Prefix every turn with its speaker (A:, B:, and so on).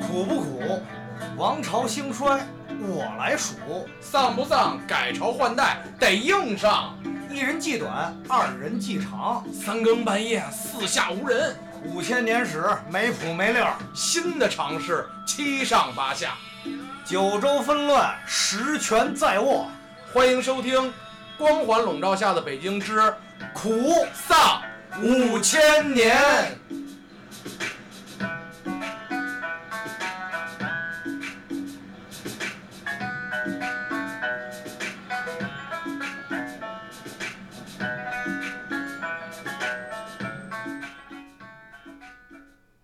A: 苦不苦？王朝兴衰，我来数。
B: 丧不丧？改朝换代得硬上。
A: 一人计短，二人计长。
B: 三更半夜，四下无人，
A: 五千年史没谱没溜儿，
B: 新的尝试七上八下。
A: 九州纷乱，实权在握。
B: 欢迎收听《光环笼罩下的北京之
A: 苦
B: 丧
A: 五千年》。